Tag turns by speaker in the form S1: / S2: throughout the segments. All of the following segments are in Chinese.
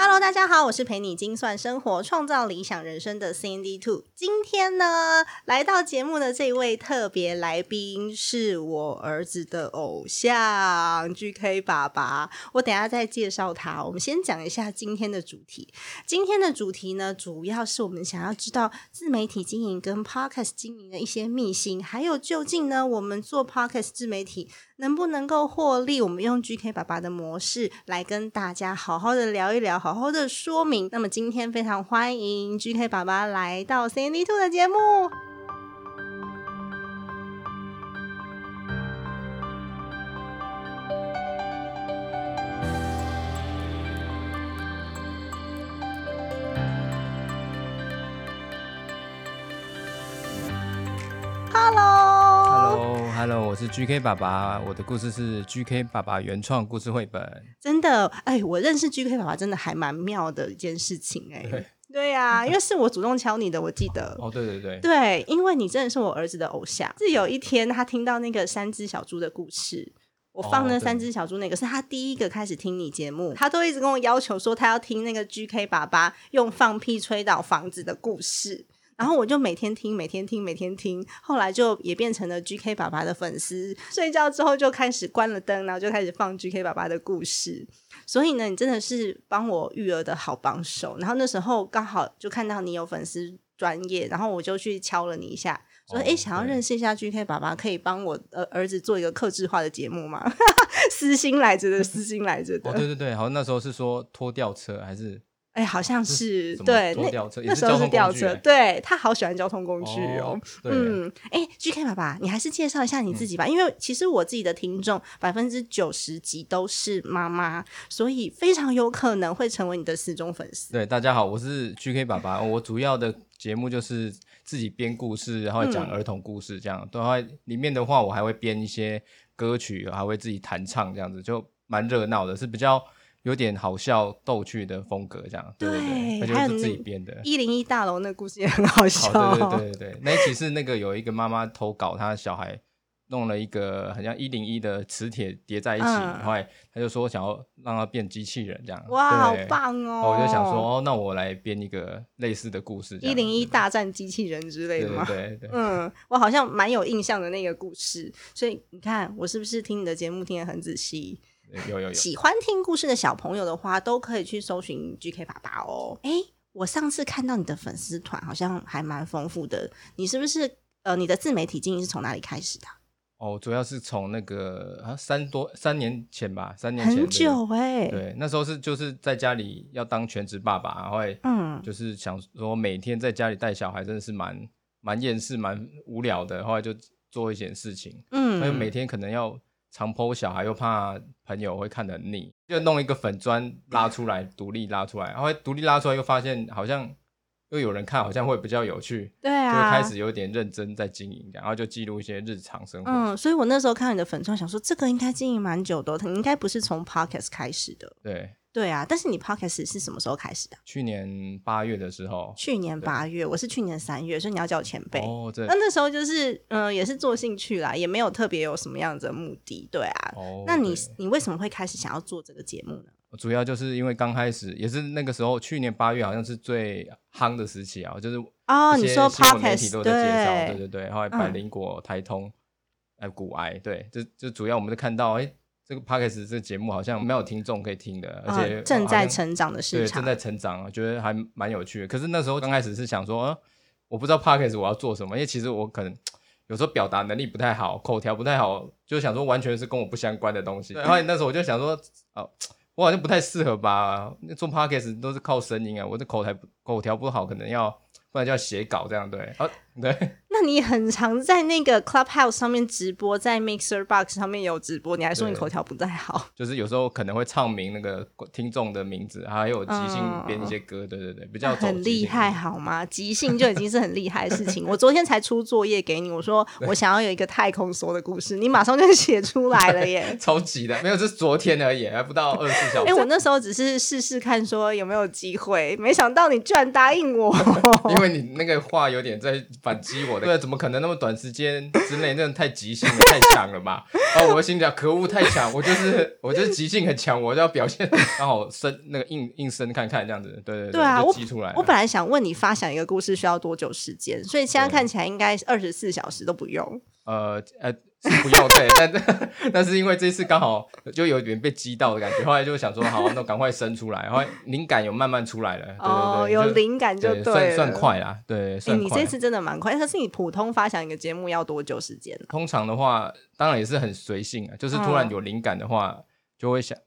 S1: Hello，大家好，我是陪你精算生活、创造理想人生的 Cindy Two。今天呢，来到节目的这位特别来宾是我儿子的偶像 GK 爸爸，我等一下再介绍他。我们先讲一下今天的主题。今天的主题呢，主要是我们想要知道自媒体经营跟 Podcast 经营的一些秘辛，还有究竟呢，我们做 Podcast 自媒体能不能够获利？我们用 GK 爸爸的模式来跟大家好好的聊一聊，好好的说明。那么今天非常欢迎 GK 爸爸来到 Sandy Two 的节目。Hello，
S2: Hello，Hello，我是 GK 爸爸，我的故事是 GK 爸爸原创故事绘本。
S1: 真的，哎，我认识 GK 爸爸真的还蛮妙的一件事情、哎
S2: 对，
S1: 对呀、 因为是我主动敲你的，我记得。
S2: 哦，对对对，
S1: 对，因为你真的是我儿子的偶像。是有一天他听到那个三只小猪的故事，我放
S2: 哦
S1: 那
S2: 对
S1: 三只小猪那个、是他第一个开始听你节目，他都一直跟我要求说他要听那个 GK 爸爸用放屁吹倒房子的故事。然后我就每天听，每天听，每天听，后来就也变成了 GK 爸爸的粉丝。睡觉之后就开始关了灯，然后就开始放 GK 爸爸的故事。所以呢，你真的是帮我育儿的好帮手。然后那时候刚好就看到你有粉丝专业，然后我就去敲了你一下，说：“
S2: 哦
S1: 诶，想要
S2: 对
S1: 认识一下 GK 爸爸，可以帮我呃儿子做一个克制化的节目吗？” 私心来着的，私心来着的。
S2: 哦对对对，好像那时候是说拖吊车还是
S1: 哎、好 像是
S2: 什么
S1: 对，
S2: 拖
S1: 那
S2: 吊车？也
S1: 那时候
S2: 交
S1: 是
S2: 通
S1: 吊
S2: 工具啊
S1: 车，对他好喜欢交通工具哦。
S2: 哦，对，嗯
S1: 嗯，哎、g k 爸爸，你还是介绍一下你自己吧，因为其实我自己的听众百分之九十几都是妈妈，所以非常有可能会成为你的死忠粉丝。
S2: 对，大家好，我是 GK 爸爸，我主要的节目就是自己编故事，然后讲
S1: 嗯
S2: 儿童故事这样，都还里面的话，我还会编一些歌曲，还会自己弹唱这样子，就蛮热闹的，是比较有点好笑逗趣的风格这样，对
S1: 对
S2: 对，而
S1: 还有
S2: 且是自己
S1: 那
S2: 编的。
S1: 一零一大楼那故事也很好笑、
S2: 好，哦对对对对对，那一期是那个有一个妈妈投稿，她小孩弄了一个很像一零一的磁铁叠在一起，
S1: 嗯
S2: 然后来她就说想要让它变机器人这样。
S1: 哇，好
S2: 对！
S1: 棒
S2: 然
S1: 哦！
S2: 后我就想说，哦，那我来编一个类似的故事，
S1: 一零一大战机器人之类的
S2: 对对
S1: 吗？
S2: 对对，
S1: 嗯，我好像蛮有印象的那个故事，所以你看，我是不是听你的节目听得很仔细？
S2: 对 有有有，
S1: 喜欢听故事的小朋友的话，都可以去搜寻 GK 爸爸哦。诶，我上次看到你的粉丝团好像还蛮丰富的，你是不是呃，你的自媒体经营是从哪里开始的啊？
S2: 哦，主要是从那个啊三多三年前吧，三年前
S1: 很
S2: 对
S1: 久哎、
S2: 对，那时候是就是在家里要当全职爸爸，然后也
S1: 嗯，
S2: 就是想说每天在家里带小孩真的是蛮蛮厌世、蛮无聊的，后来就做一些事情，
S1: 嗯，
S2: 所以每天可能要常剖小孩，又怕朋友会看得很腻，就弄一个粉砖拉出来，独立拉出来，然后独立拉出来又发现好像又有人看，好像会比较有趣，
S1: 对
S2: 就
S1: 啊，
S2: 开始有点认真在经营，然后就记录一些日常生活。
S1: 嗯，所以我那时候看到你的粉钻，想说这个应该经营蛮久的哦，应该不是从 podcast 开始的。
S2: 对，
S1: 对啊，但是你 podcast 是什么时候开始的啊？
S2: 去年八月的时候，
S1: 去年八月，我是去年三月，所以你要叫我前辈。
S2: 哦，这
S1: 那那时候就是，嗯、也是做兴趣啦，也没有特别有什么样子的目的，对啊。
S2: 哦，
S1: 那你
S2: 对
S1: 你为什么会开始想要做这个节目呢？
S2: 主要就是因为刚开始也是那个时候，去年八月好像是最夯的时期啊，就是
S1: 哦，
S2: 一
S1: 你
S2: 些
S1: 说
S2: 新闻媒体
S1: podcast
S2: 都有在介绍，
S1: 对
S2: 对
S1: 嗯
S2: 对对，然后百灵果、台通、哎骨癌，对，就就主要我们就看到，哎，这个 podcast 这个节目好像没有听众可以听的，而且
S1: 嗯正
S2: 好像
S1: 在成长的市
S2: 对
S1: 场
S2: 正，在成长啊，觉得还蛮有趣的。可是那时候刚开始是想说，呃我不知道 podcast 我要做什么，因为其实我可能有时候表达能力不太好，口条不太好，就想说完全是跟我不相关的东西。对然后那时候我就想说，哦，我好像不太适合吧，做 podcast 都是靠声音啊，我的口才不口条不好，可能要不然就要写稿这样对，啊对，
S1: 那那你很常在那个 Clubhouse 上面直播，在 Mixer Box 上面有直播，你还说你
S2: 对
S1: 口条不太好，
S2: 就是有时候可能会唱名那个听众的名字，还有即兴编一些歌，对对对，比较
S1: 嗯
S2: 走
S1: 很
S2: 即
S1: 厉
S2: 兴。
S1: 害好吗？即兴就已经是很厉害的事情。我昨天才出作业给你，我说我想要有一个太空梭的故事，你马上就写出来了耶
S2: 超级的，没有，这是昨天而已，还不到二十四小
S1: 哎、
S2: 时。
S1: 我那时候只是试试看，说有没有机会，没想到你居然答应 我。
S2: 因为你那个话有点在反击我的，对，怎么可能那么短时间之内，那种太即兴了，太强了 吧？然后我心想，可恶，太强，我就是我就是即兴很强，我就要表现，刚好生那个硬硬生看看这样子，对对对，
S1: 对啊，
S2: 就
S1: 我
S2: 激出来了
S1: 我本来想问你发想一个故事需要多久时间，所以现在
S2: 对
S1: 看起来应该二十四小时都不用。
S2: 呃呃是不用对，但 但是因为这次刚好就有点被激到的感觉，后来就想说，好，那赶快生出来，后来灵感有慢慢出来了，对对对，
S1: 哦，有
S2: 就
S1: 灵感就了
S2: 对，算算快啦，对，
S1: 哎、
S2: 算
S1: 你
S2: 快
S1: 这。次真的蛮快，可是你普通发想一个节目要多久时间呢、
S2: 通常的话，当然也是很随性啊，就是突然
S1: 嗯
S2: 有灵感的话，就会想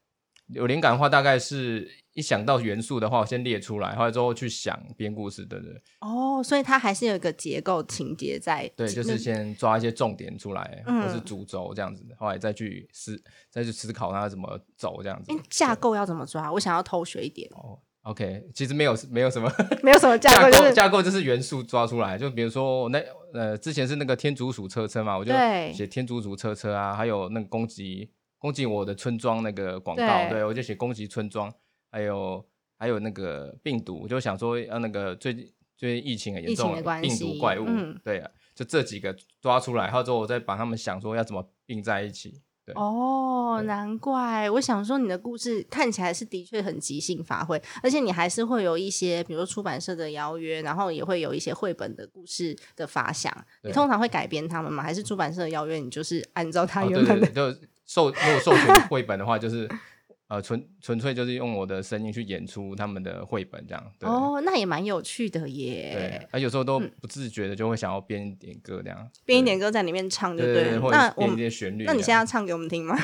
S2: 有灵感的话，大概是一想到元素的话，我先列出来，后来之后去想编故事，对对
S1: 哦，所以它还是有一个结构情节在。
S2: 对，就是先抓一些重点出来，
S1: 嗯
S2: 或是主轴这样子，后来再去思再去思考它怎么走这样子
S1: 那。哎架构要怎么抓？我想要偷学一点，
S2: 哦，OK，其实没有没有什么
S1: 没有什么架
S2: 架
S1: 构，就
S2: 构
S1: 是
S2: 架构就是元素抓出来，就比如说那呃之前是那个天竺鼠车车嘛，我就
S1: 对
S2: 写天竺鼠车车啊，还有那个攻击攻击我的村庄那个广告，
S1: 对
S2: 对我就写攻击村庄，还有还有那个病毒，我就想说啊要那个最近最近疫情很严
S1: 疫
S2: 重啊
S1: 情的关系
S2: 病毒怪物，
S1: 嗯
S2: 对啊，就这几个抓出来，然后之后我再把他们想说要怎么并在一起，对
S1: 哦，
S2: 对
S1: 难怪我想说你的故事看起来是的确很即兴发挥，而且你还是会有一些，比如说出版社的邀约，然后也会有一些绘本的故事的发想。你
S2: 对
S1: 通常会改编他们吗？还是出版社的邀约，你就是按照他
S2: 哦
S1: 原
S2: 对
S1: 本
S2: 对
S1: 的？
S2: 对，就授如果授权绘本的话，就是呃纯纯粹就是用我的声音去演出他们的绘本这样。对
S1: 哦，那也蛮有趣的
S2: 对
S1: 耶，。
S2: 啊，有时候都不自觉的就会想要编一点歌这样，
S1: 编一点歌在里面唱就
S2: 对对
S1: 了
S2: 对，或
S1: 那
S2: 者
S1: 我
S2: 编一
S1: 们，
S2: 些旋律这
S1: 那
S2: 样。
S1: 你现在要唱给我们 听吗？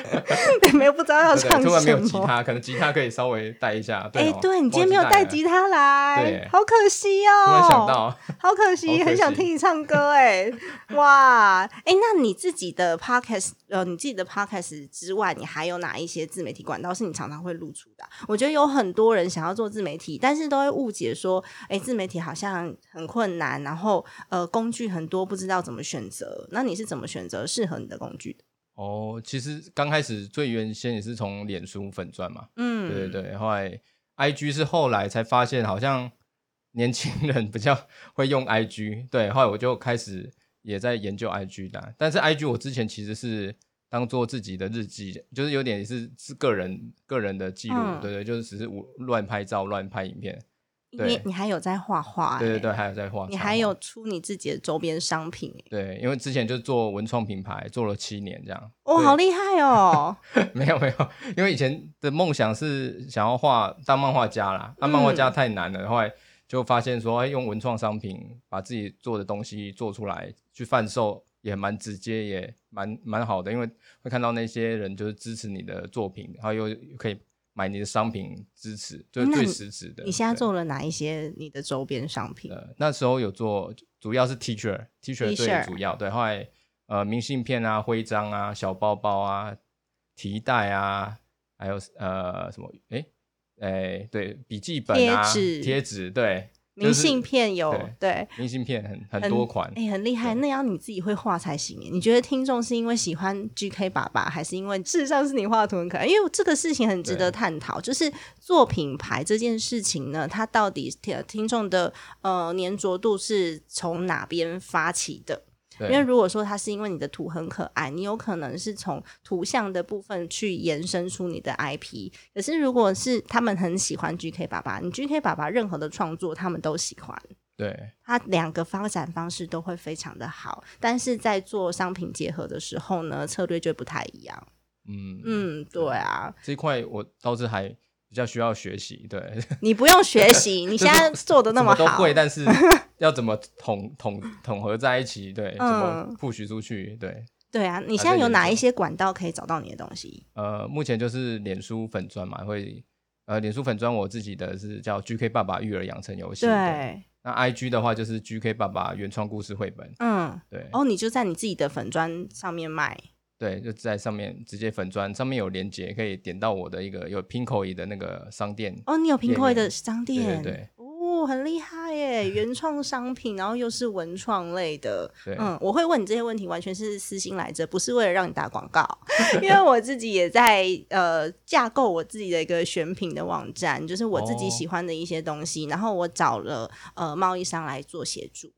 S1: 没有不知道要
S2: 对对
S1: 唱
S2: 突然
S1: 什
S2: 没有吉
S1: 么。
S2: 他，可能吉他可以稍微带一下。
S1: 哎
S2: 对哦，
S1: 对你今天没有带吉，他来
S2: 对，
S1: 好可惜哦。
S2: 忘记带了突然想到，
S1: 好可
S2: 好
S1: 惜，
S2: 可
S1: 很想
S2: 惜
S1: 听你唱 歌哎、哇，哎、那你自己的 podcast，呃，你自己的 podcast 之外，你还有哪一些自媒体管道是你常常会露出的啊、我觉得有很多人想要做自媒体，但是都会误解说，哎、自媒体好像很困难，然后呃，工具很多，不知道怎么选择。那你是怎么选择适合你的工具的？
S2: 哦，其实刚开始最原先也是从脸书粉钻嘛，
S1: 嗯，
S2: 对对对，后来 I G 是后来才发现，好像年轻人比较会用 I G，对，后来我就开始也在研究 I G 的啊，但是 I G 我之前其实是当做自己的日记，就是有点是是个人个人的记录，
S1: 嗯
S2: 对对，就是只是我乱拍照、乱拍影片，
S1: 你
S2: 对
S1: 你还有在画画、哎
S2: 对对对，，还有在画，
S1: 你还有。出你自己的周边商品、哎
S2: 对，因为之前就做文创品牌，做了七年这样。
S1: 哦，
S2: 对
S1: 好厉害哦！
S2: 没有没有，因为以前的梦想是想要画当漫画家啦，啊
S1: 嗯
S2: 当漫画家太难了，后来就发现说，哎，用文创商品把自己做的东西做出来去贩售，也蛮直接，也蛮蛮好的，因为会看到那些人就是支持你的作品，然后又又可以买你的商品支持，就是
S1: 那
S2: 最
S1: 你
S2: 实质的。
S1: 你现在
S2: 对
S1: 做了哪一些你的周边商品？
S2: 呃，那时候有做，主要是 T 恤，T 恤
S1: T-shirt
S2: 最主要。对，后来呃，明信片啊、徽章啊、小包包啊、提袋啊，还有呃什么，诶诶，对，笔记本啊、
S1: 贴纸
S2: 贴纸，对，
S1: 明信片有、
S2: 对
S1: 对，
S2: 明信片很很多款。
S1: 哎、很厉害，
S2: 对
S1: 那要你自己会画才行耶。你觉得听众是因为喜欢 GK 爸爸，还是因为事实上是你画的图很可爱？因为这个事情很值得
S2: 对
S1: 探讨，就是做品牌这件事情呢，它到底听听众的呃粘着度是从哪边发起的？
S2: 对，
S1: 因为如果说它是因为你的图很可爱，你有可能是从图像的部分去延伸出你的 IP。可是如果是他们很喜欢 GK 爸爸，你 GK 爸爸任何的创作他们都喜欢，
S2: 对
S1: 它两个发展方式都会非常的好。但是在做商品结合的时候呢，策略就不太一样。
S2: 嗯嗯，
S1: 嗯，对 啊，
S2: 这一块我倒是还比较需要学习。对，
S1: 你不用学习，你现在做的那
S2: 么
S1: 好，
S2: 都会， 但是要怎么统统统合在一起？对，怎么
S1: 嗯
S2: push 出去？对，
S1: 对啊，你现在
S2: 还在
S1: 有
S2: 研
S1: 哪
S2: 究
S1: 一些管道可以找到你的东西？
S2: 呃，目前就是脸书粉砖嘛，会呃，脸书粉砖我自己的是叫 GK 爸爸育儿养成游戏，，
S1: 对，
S2: 那 IG 的话就是 GK 爸爸原创故事绘本，
S1: 嗯，
S2: 对、
S1: 哦，你就在你自己的粉砖上面卖，
S2: 对，就在上面直接粉砖，上面有连接，可以点到我的一个有 Pinkoi 的那个商店。
S1: 哦，你有苹果
S2: 页面
S1: 的商
S2: 对
S1: 店，
S2: 对对
S1: 哦，很厉害耶！原创商品，然后又是文创类的，
S2: 对
S1: 嗯，我会问你这些问题，完全是私心来着，不是为了让你打广告， 因为我自己也在呃架构我自己的一个选品的网站，就是我自己
S2: 哦
S1: 喜欢的一些东西，然后我找了呃贸易商来做协助，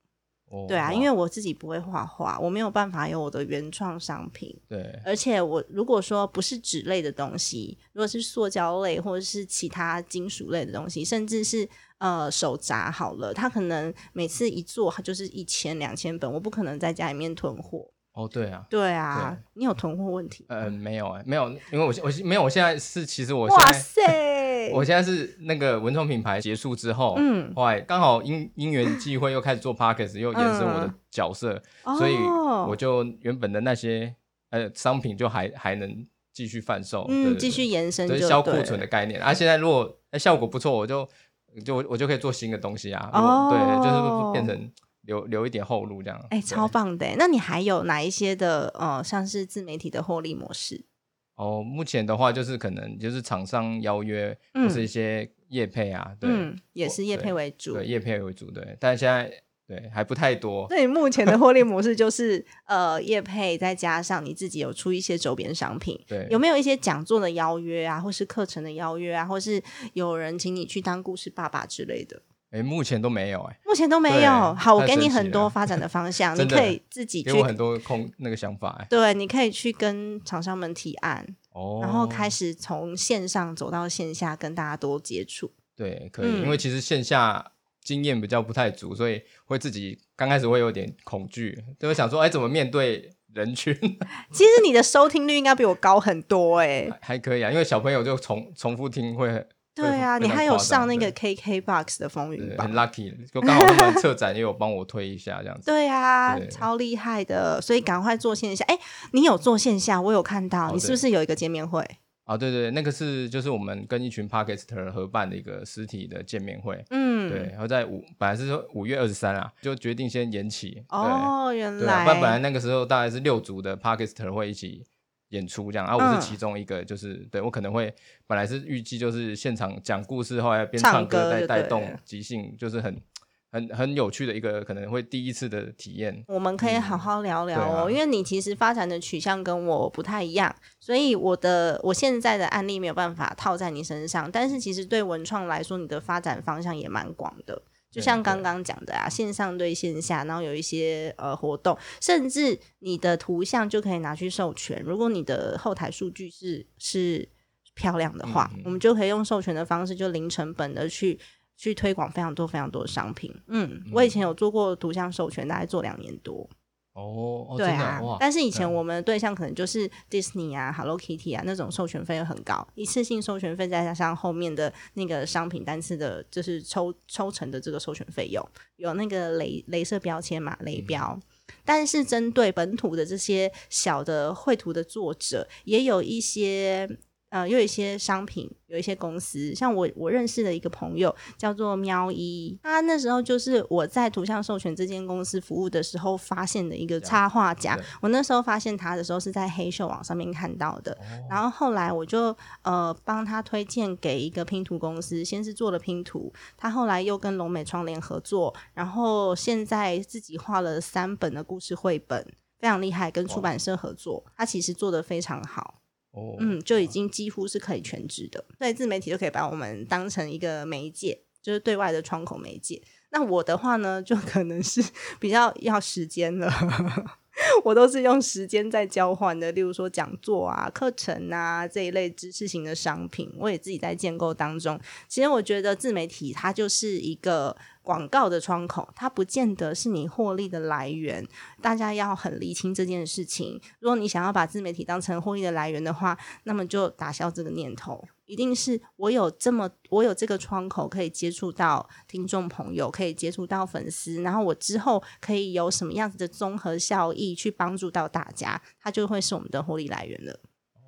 S2: 哦
S1: 对啊，
S2: 哇
S1: 因为我自己不会画画，我没有办法有我的原创商品，
S2: 对
S1: 而且我如果说不是纸类的东西，如果是塑胶类或者是其他金属类的东西，甚至是呃手札好了，它可能每次一做它就是一千两千本，我不可能在家里面囤货。
S2: 哦对啊，
S1: 对啊，你有囤货问题？
S2: 呃没有哎、没有，因为我现我现没有，我现在是其实我现
S1: 嗯哇
S2: 在
S1: 塞！
S2: 我现在是那个文创品牌结束之后，
S1: 嗯
S2: 后来刚好因因缘际会又开始做 podcast，又延伸我的
S1: 嗯
S2: 角色，所以
S1: 哦
S2: 我就原本的那些呃商品就还还能继续贩售，对
S1: 嗯，
S2: 对
S1: 继续延伸
S2: 对
S1: 就
S2: 就是销
S1: 对
S2: 库存
S1: 了
S2: 的概念。啊，现在如果、哎效果不错，我就就我就可以做新的东西啊，如果
S1: 哦
S2: 对，就是变成留留一点后路这样。
S1: 哎、
S2: 对
S1: 超棒的！那你还有哪一些的呃，像是自媒体的获利模式？
S2: 哦，目前的话就是可能就是厂商邀约，
S1: 嗯
S2: 就是一些业配啊，对、
S1: 嗯，也是业
S2: 对
S1: 配为主。
S2: 对，业配为主，对，但现在对还不太多。
S1: 那你目前的获利模式就是，呃，业配再加上你自己有出一些周边商品，
S2: 对，
S1: 有没有一些讲座的邀约啊，或是课程的邀约啊，或是有人请你去当故事爸爸之类的？
S2: 哎、目前都没有哎、
S1: 目前都没有。
S2: 对
S1: 好，我
S2: 太
S1: 给你
S2: 神奇
S1: 很多
S2: 了
S1: 发展的方 向，你
S2: 真的
S1: 可以自己
S2: 给
S1: 去，
S2: 我很多空那个想法哎、
S1: 对，你可以去跟厂商们提案，
S2: 哦，
S1: 然后开始从线上走到线下，跟大家多接触。
S2: 对，可以，
S1: 嗯
S2: 因为其实线下经验比较不太足，所以会自己刚开始会有点恐惧，就会想说，哎、怎么面对人群？
S1: 其实你的收听率应该比我高很多哎、
S2: 还可以啊，因为小朋友就重重复听会很，
S1: 对啊，
S2: 会
S1: 你还有上那个
S2: 对
S1: KKBOX 的风云
S2: 对
S1: 榜
S2: 很。lucky，就刚好他们策展也有帮我推一下这样子。
S1: 对啊，
S2: 对
S1: 超厉害的，所以赶快做线下。哎，你有做线下，我有看到，
S2: 哦
S1: 你是不是有一个见面会？
S2: 啊，对对，对那个是就是我们跟一群 p a r k e s t e r 合办的一个实体的见面会，
S1: 嗯，
S2: 对，。然后在五本来是说五月二十三啊，就决定先延期，对。
S1: 哦，原
S2: 对
S1: 来，
S2: 啊，不然本来那个时候大概是六组的 p a r k e s t e r 会一起演出这样，啊，我
S1: 嗯
S2: 是其中一个，就是、对我可能会本来是预计就是现场讲故事，后来边
S1: 唱
S2: 唱
S1: 歌
S2: 歌再
S1: 就
S2: 带
S1: 对
S2: 动
S1: 了
S2: 即兴，就是很很很有趣的一个可能会第一次的体验。
S1: 我们可以好好聊聊哦，
S2: 嗯对啊
S1: 因为你其实发展的取向跟我不太一样，所以我的我现在的案例没有办法套在你身上，但是其实对文创来说，你的发展方向也蛮广的。就
S2: 对
S1: 像刚
S2: 对
S1: 刚讲的啊，线上对线下，然后有一些呃活动，甚至你的图像就可以拿去授权。如果你的后台数据是是漂亮的话，
S2: 嗯嗯
S1: 我们就可以用授权的方式，就零成本的去去推广非常多非常多的商品。嗯，我以前有做过图像授权，大概做两年多。
S2: 哦，哦
S1: 对
S2: 真的、
S1: 啊，
S2: 哇，
S1: 但是以前
S2: 嗯
S1: 我们的对象可能就是 Disney 啊、Hello Kitty 啊那种授权费又很高，一次性授权费再加上后面的那个商品单次的，就是抽抽成的这个授权费用，有那个镭镭射标签嘛，雷标。但是针对本土的这些小的绘图的作者，也有一些呃，又有一些商品，有一些公司，像我我认识的一个朋友叫做喵一，他那时候就是我在图像授权这间公司服务的时候发现的一个插画家
S2: 对。
S1: 我那时候发现他的时候是在黑秀网上面看到的，
S2: 哦
S1: 然后后来我就呃帮他推荐给一个拼图公司，先是做了拼图，他后来又跟龙美窗帘合作，然后现在自己画了三本的故事绘本。非常厉害，跟出版社合作，他其实做的非常好。
S2: 哦，
S1: 嗯，就已经几乎是可以全职的。所以自媒体就可以把我们当成一个媒介，就是对外的窗口媒介。那我的话呢，就可能是 比较要时间了。 我都是用时间在交换的，例如说讲座啊、课程啊这一类知识型的商品，我也自己在建构当中。其实我觉得自媒体它就是一个广告的窗口，它不见得是你获利的来源，大家要很厘清这件事情。如果你想要把自媒体当成获利的来源的话，那么就打消这个念头。一定是我有这么，我有这个窗口可以接触到听众朋友，可以接触到粉丝，然后我之后可以有什么样子的综合效益去帮助到大家，它就会是我们的获利来源了。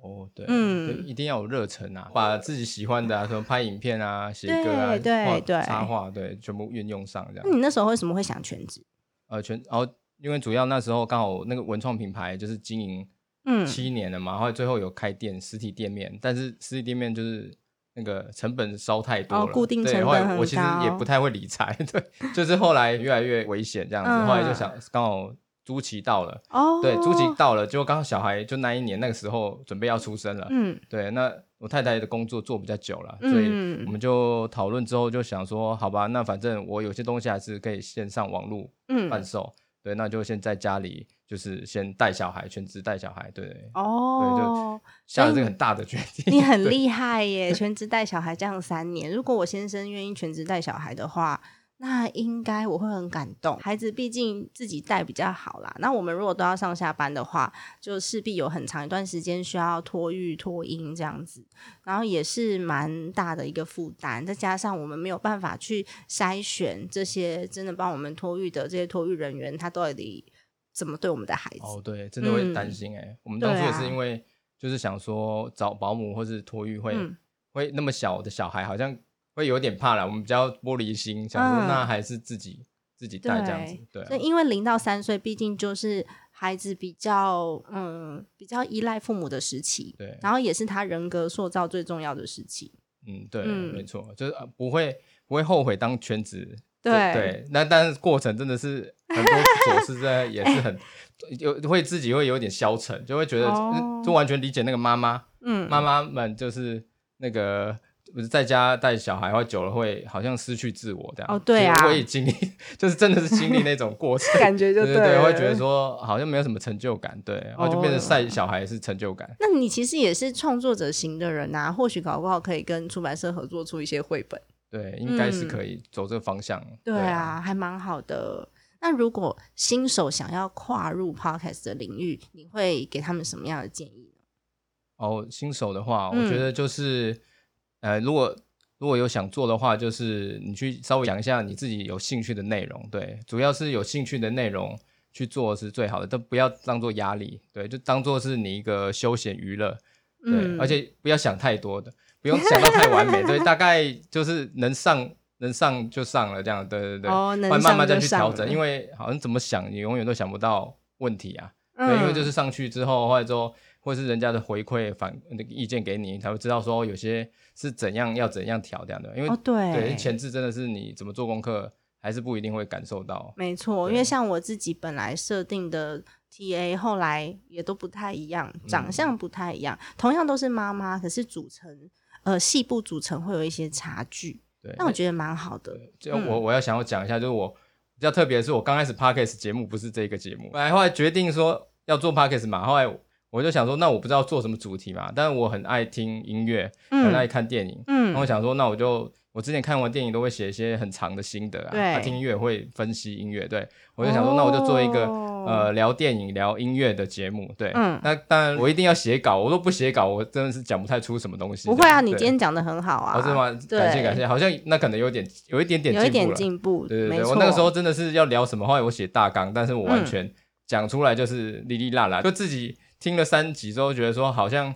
S2: 哦，对，
S1: 嗯
S2: 对一定要有热忱啊，把自己喜欢的啊，什么拍影片啊、写歌啊、
S1: 对对
S2: 画
S1: 对嗯
S2: 插画，对，全部运用上这
S1: 那
S2: 样。
S1: 你那时候为什么会想全职？
S2: 呃，全，然后因为主要那时候刚好那个文创品牌就是经营
S1: 嗯，
S2: 七年了嘛，然后最后有开店实体店面，但是实体店面就是。那个成本烧太多了，
S1: 哦固定
S2: 对
S1: 成
S2: 后来
S1: 本很
S2: 我其实也
S1: 高
S2: 不太会理财， 对，就是后来越来越危险这样子，后来就
S1: 嗯
S2: 想刚好租期到了，
S1: 哦，
S2: 对，租期到了，结果刚好小孩就那一年那个时候准备要出生了，
S1: 嗯
S2: 对，那我太太的工作做比较久了，所以
S1: 嗯
S2: 我们就讨论之后就想说，好吧，那反正我有些东西还是可以先上网络贩
S1: 嗯，
S2: 售，对，那就先在家里就是先带小孩，全职带小孩，对对，
S1: 哦，
S2: 下了这个很大的决定，
S1: 你很厉害耶，全职带小孩这样三年。如果我先生愿意全职带小孩的话，那应该我会很感动。孩子毕竟自己带比较好啦。那我们如果都要上下班的话，就势必有很长一段时间需要托育、托婴这样子，然后也是蛮大的一个负担。再加上我们没有办法去筛选这些真的帮我们托育的这些托育人员，他到底怎么对我们的孩子？
S2: 哦，对，真的会
S1: 嗯
S2: 担心哎、我们当初
S1: 对
S2: 也
S1: 啊
S2: 是因为就是想说找保姆或是托育会、
S1: 嗯
S2: 会那么小的小孩，好像会有点怕啦。我们比较玻璃心，想说
S1: 嗯
S2: 那还是自己、自己带这样子。对啊、
S1: 所以因为零到三岁，毕竟就是孩子比较嗯比较依赖父母的时期，
S2: 对
S1: 然后也是他人格塑造最重要的时期。
S2: 嗯，对，
S1: 嗯
S2: 没错，就是呃不会不会后悔当全职。
S1: 对
S2: 对，那但是过程真的是很多琐 事，在也是很有会自己会有点消沉，就会觉得、嗯
S1: 哦
S2: 就完全理解那个妈妈，
S1: 嗯，
S2: 妈妈们就是那个不是在家带小孩，或久了会好像失去自我这样。
S1: 哦对啊
S2: 就是我也经历， 就是真的是经历那种过程，
S1: 感觉就
S2: 对
S1: 对哦
S2: 对，
S1: 了
S2: 会觉得说好像没有什么成就感，对，然后就变成晒小孩是成就感。
S1: 那你其实也是创作者型的人呐、或许搞不好可以跟出版社合作出一些绘本。
S2: 对，应该是可以走这个方向。
S1: 嗯对啊，，还蛮好的。那如果新手想要跨入 podcast 的领域，你会给他们什么样的建议呢？
S2: 哦，新手的话，
S1: 嗯
S2: 我觉得就是，呃，如果如果有想做的话，就是你去稍微讲一下你自己有兴趣的内容，对，主要是有兴趣的内容去做是最好的，但不要当做压力，对，就当做是你一个休闲娱乐，对，
S1: 嗯
S2: 而且不要想太多的，不用想到太完 美，对，大概就是能上能上就上了这样，对对对，
S1: 哦能
S2: 慢慢
S1: 上
S2: 慢
S1: 就
S2: 再去
S1: 上
S2: 调整，
S1: 了
S2: 因为好像怎么想你永远都想不到问题啊，对，
S1: 嗯
S2: 因为就是上去之后，或者说或是人家的回馈反那个意见给你，你才会知道说有些是怎样要怎样调这样的。因为、
S1: 哦对
S2: 对前置真的是你怎么做功课，还是不一定会感受到。
S1: 没错，
S2: 对
S1: 因为像我自己本来设定的 TA，后来也都不太一样，长
S2: 嗯
S1: 相不太一样，同样都是妈妈，可是组成呃细部组成会有一些差距，
S2: 对，
S1: 那我觉得嗯蛮好的。
S2: 就我我要想要讲一下，就是我比较特别的是，我刚开始 podcast 节目不是这个节目，哎，后来决定说要做 podcast 嘛，后来我就想说，那我不知道做什么主题嘛，但是我很爱听音乐，很爱
S1: 嗯
S2: 看电影，然后
S1: 嗯，
S2: 我想说，那我就我之前看完电影都会写一些很长的心得啊，
S1: 对
S2: 啊听音乐会分析音乐，对我就想说，那我就做一个、
S1: 哦
S2: 呃聊电影、聊音乐的节目，对，
S1: 嗯
S2: 那当然我一定要写稿，我都不写稿，我真的是讲不太出什么东西。
S1: 不会啊，
S2: 对
S1: 你今天讲的很好啊，
S2: 哦是吗？
S1: 对
S2: 感谢感谢，好像那可能有点有一点点
S1: 有一
S2: 进
S1: 点
S2: 步了，
S1: 进步，
S2: 对对
S1: 没
S2: 对，
S1: 错。嗯
S2: 我那个时候真的是要聊什么，后来我写大纲，但是我完全讲出来就是哩哩啦啦，就自己听了三集之后，觉得说好像。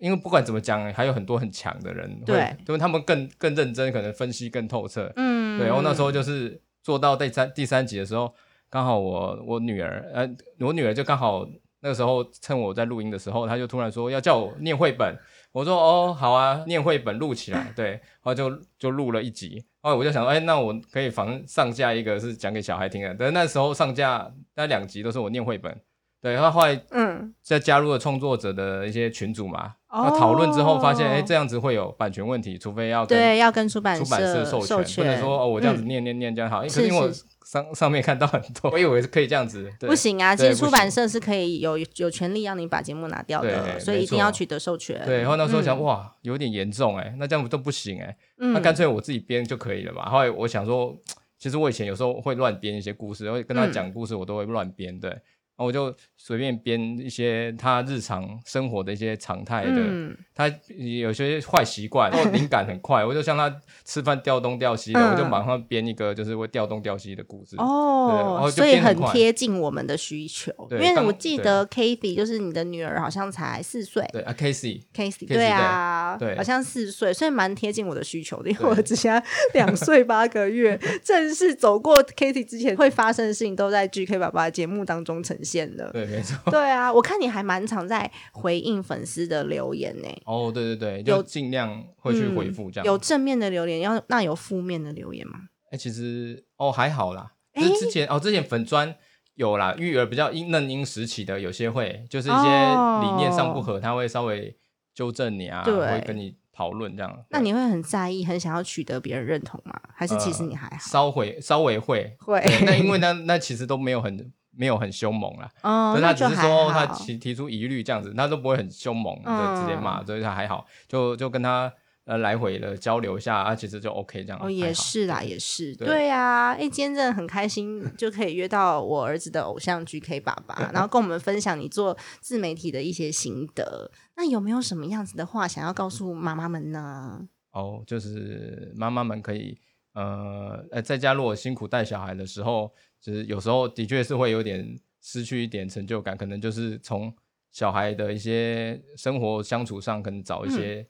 S2: 因为不管怎么讲，还有很多很强的人会，
S1: 对
S2: 因为他们更更认真，可能分析更透彻。
S1: 嗯，
S2: 对，然后那时候就是做到第三第三集的时候，刚好我我女儿，呃，我女儿就刚好那个时候趁我在录音的时候，她就突然说要叫我念绘本，我说哦好啊，念绘本录起来，对，然后就就录了一集，后来我就想说，哎、那我可以反正上架一个是讲给小孩听的，但是那时候上架那两集都是我念绘本，对，然后后来
S1: 嗯，
S2: 再加入了创作者的一些群组嘛，
S1: 哦
S2: 然后讨论之后发现，哎、这样子会有版权问题，除非要跟
S1: 对，要跟出版
S2: 出版社
S1: 授
S2: 授不能说哦，我这样子
S1: 嗯
S2: 念念念这样好，因为
S1: 是
S2: 可是因为我
S1: 是
S2: 上上面看到很多，我以为是可以这样子，对
S1: 不行啊，其
S2: 对
S1: 实
S2: 不行
S1: 出版社是可以有有权利让你把节目拿掉
S2: 对
S1: 的，所以
S2: 没
S1: 一定要
S2: 错
S1: 取得授权。
S2: 对。然后那时候想，
S1: 嗯
S2: 哇，有点严重哎，那这样都不行哎，
S1: 嗯
S2: 那干脆我自己编就可以了嘛。后来
S1: 嗯
S2: 我想说，其实我以前有时候会乱编一些故事，然后跟他讲故事，我都会乱编，对。后我就随便编一些他日常生活的一些常态的，
S1: 嗯，
S2: 他有些坏 习惯，然后灵感很快，我就像他吃饭掉东掉西的，
S1: 嗯
S2: 我就马上编一个就是会掉东掉西的故事。对然
S1: 哦，
S2: 后就
S1: 所以
S2: 变很
S1: 很
S2: 快
S1: 贴近我们的需求。因
S2: 对
S1: 为
S2: 当
S1: 我记得 k a t h y 就是你的女儿，好像才四岁。
S2: 对啊，Casey，
S1: k a t h y
S2: Kathy，
S1: 对啊，
S2: 对对
S1: 好像四岁，所以蛮贴近我的需求的，因为
S2: 对
S1: 我只现 在两岁八个月，正是走过 k a t h y 之前会发生的事情，都在 GK 爸爸的节目当中呈现 了。
S2: 对， 没错。
S1: 对啊，我看你还蛮常在回应粉丝的留言呢、
S2: 哦，对对对，
S1: 有
S2: 就尽量会去回复这样。
S1: 嗯有正面的留言，要那有负面的留言吗？
S2: 哎、其实哦还好啦，
S1: 哎
S2: 就是之前、哦之前粉砖有啦，育儿比较婴嫩婴时期的有些会，就是一些
S1: 哦
S2: 理念上不合，他会稍微纠正你啊，
S1: 对
S2: 会跟你讨论这样。
S1: 那你会很在意，很想要取得别人认同吗？还是其
S2: 呃
S1: 实你还好？
S2: 稍微稍微 会，
S1: 会
S2: 对那因为那那其实都没有很没有很凶猛啦，
S1: 哦
S2: 可，是
S1: 那
S2: 他
S1: 就
S2: 只是
S1: 还
S2: 说他
S1: 好
S2: 提提出疑虑这样子，他都不会很凶猛的直接
S1: 嗯
S2: 骂，所以他还好，就就跟他呃来回的交流一下啊，其实就 OK 这样。
S1: 哦，
S2: 还
S1: 也
S2: 好
S1: 是啦，也是，
S2: 对
S1: 对呀、啊，哎、今天真的很开心，就可以约到我儿子的偶像 GK 爸爸，然后跟我们分享你做自媒体的一些心得。那有没有什么样子的话想要告诉妈妈们呢？
S2: 哦，就是妈妈们可以，呃，呃，在家如果辛苦带小孩的时候，就是有时候的确是会有点失去一点成就感，可能就是从小孩的一些生活相处上，可能找一些、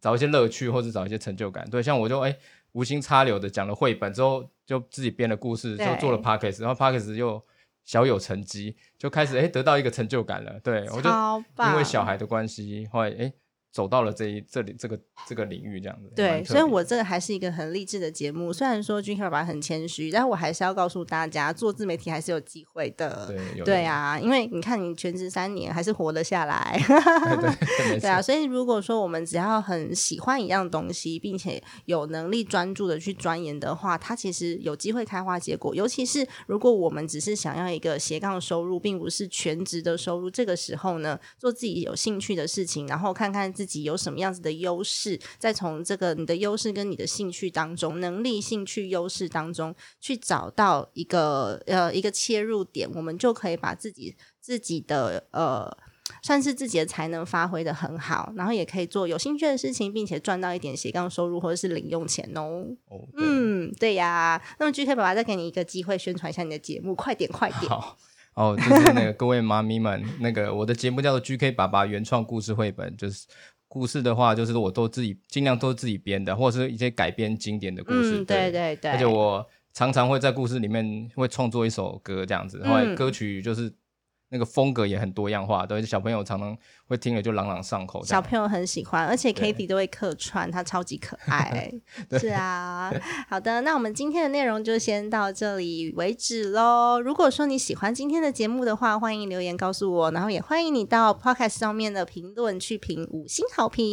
S2: 找一些乐趣，或者找一些成就感。对，像我就哎、无心插柳的讲了绘本之后，就自己编了故事，就做了
S1: 对
S2: podcast，然后 podcast 又小有成绩，就开始哎、得到一个成就感了。对我就
S1: 超
S2: 因为
S1: 棒
S2: 小孩的关系，后来哎。走到了这一这里这个这个领域这样子。
S1: 对，
S2: 蛮特
S1: 所以
S2: 别
S1: 我这个还是一个很励志的节目。虽然说 GK 爸爸很谦虚，但我还是要告诉大家，做自媒体还是有机会的。
S2: 对有
S1: 对
S2: 有
S1: 啊，因为你看你全职三年还是活了下来。
S2: 对 没
S1: 对啊，
S2: 错，
S1: 所以如果说我们只要很喜欢一样东西，并且有能力专注的去钻研的话，它其实有机会开花结果。尤其是如果我们只是想要一个斜杠收入，并不是全职的收入，这个时候呢，做自己有兴趣的事情，然后看看自己有什么样子的优势，再从这个你的优势跟你的兴趣当中，能力、兴趣、优势当中去找到一个呃一个切入点，我们就可以把自己自己的呃算是自己的才能发挥的很好，然后也可以做有兴趣的事情，并且赚到一点斜杠收入或者是零用钱哦。
S2: 哦，对
S1: 嗯，对呀。那么 GK 爸爸再给你一个机会宣传一下你的节目，快点快点！
S2: 好。哦，就是那个各位妈咪们，那个我的节目叫做 GK 爸爸原创故事绘本，就是故事的话，就是我都自己尽量都自己编的，或者是一些改编经典的故事。
S1: 嗯，对对对，
S2: 而且我常常会在故事里面会创作一首歌这样子，后
S1: 嗯
S2: 来歌曲就是那个风格也很多样化，对，小朋友常常会听了就朗朗上口这
S1: 小
S2: 样。
S1: 朋友很喜欢，而且
S2: 对
S1: Kitty 都会客串，她超级可 爱。是啊，好的，那我们今天的内容就先到这里为止喽。如果说你喜欢今天的节目的话，欢迎留言告诉我，然后也欢迎你到 Podcast 上面的评论去评五星好评，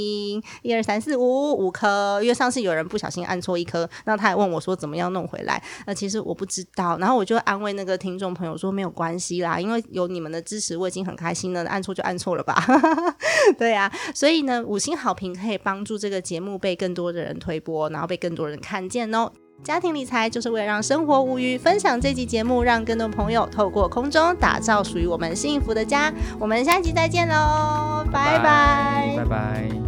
S1: 一二三四五五颗。因为上次有人不小心按错一颗，那他还问我说怎么样弄回来，那其实我不知道，然后我就安慰那个听众朋友说没有关系啦，因为有你们的支持，我已经很开心了，按错就按错了吧。对啊，所以呢，五星好评可以帮助这个节目被更多的人推播，然后被更多人看见哦。家庭理财就是为了让生活无虞，分享这集节目，让更多朋友透过空中打造属于我们幸福的家。我们下一集再见喽，拜拜
S2: 拜拜。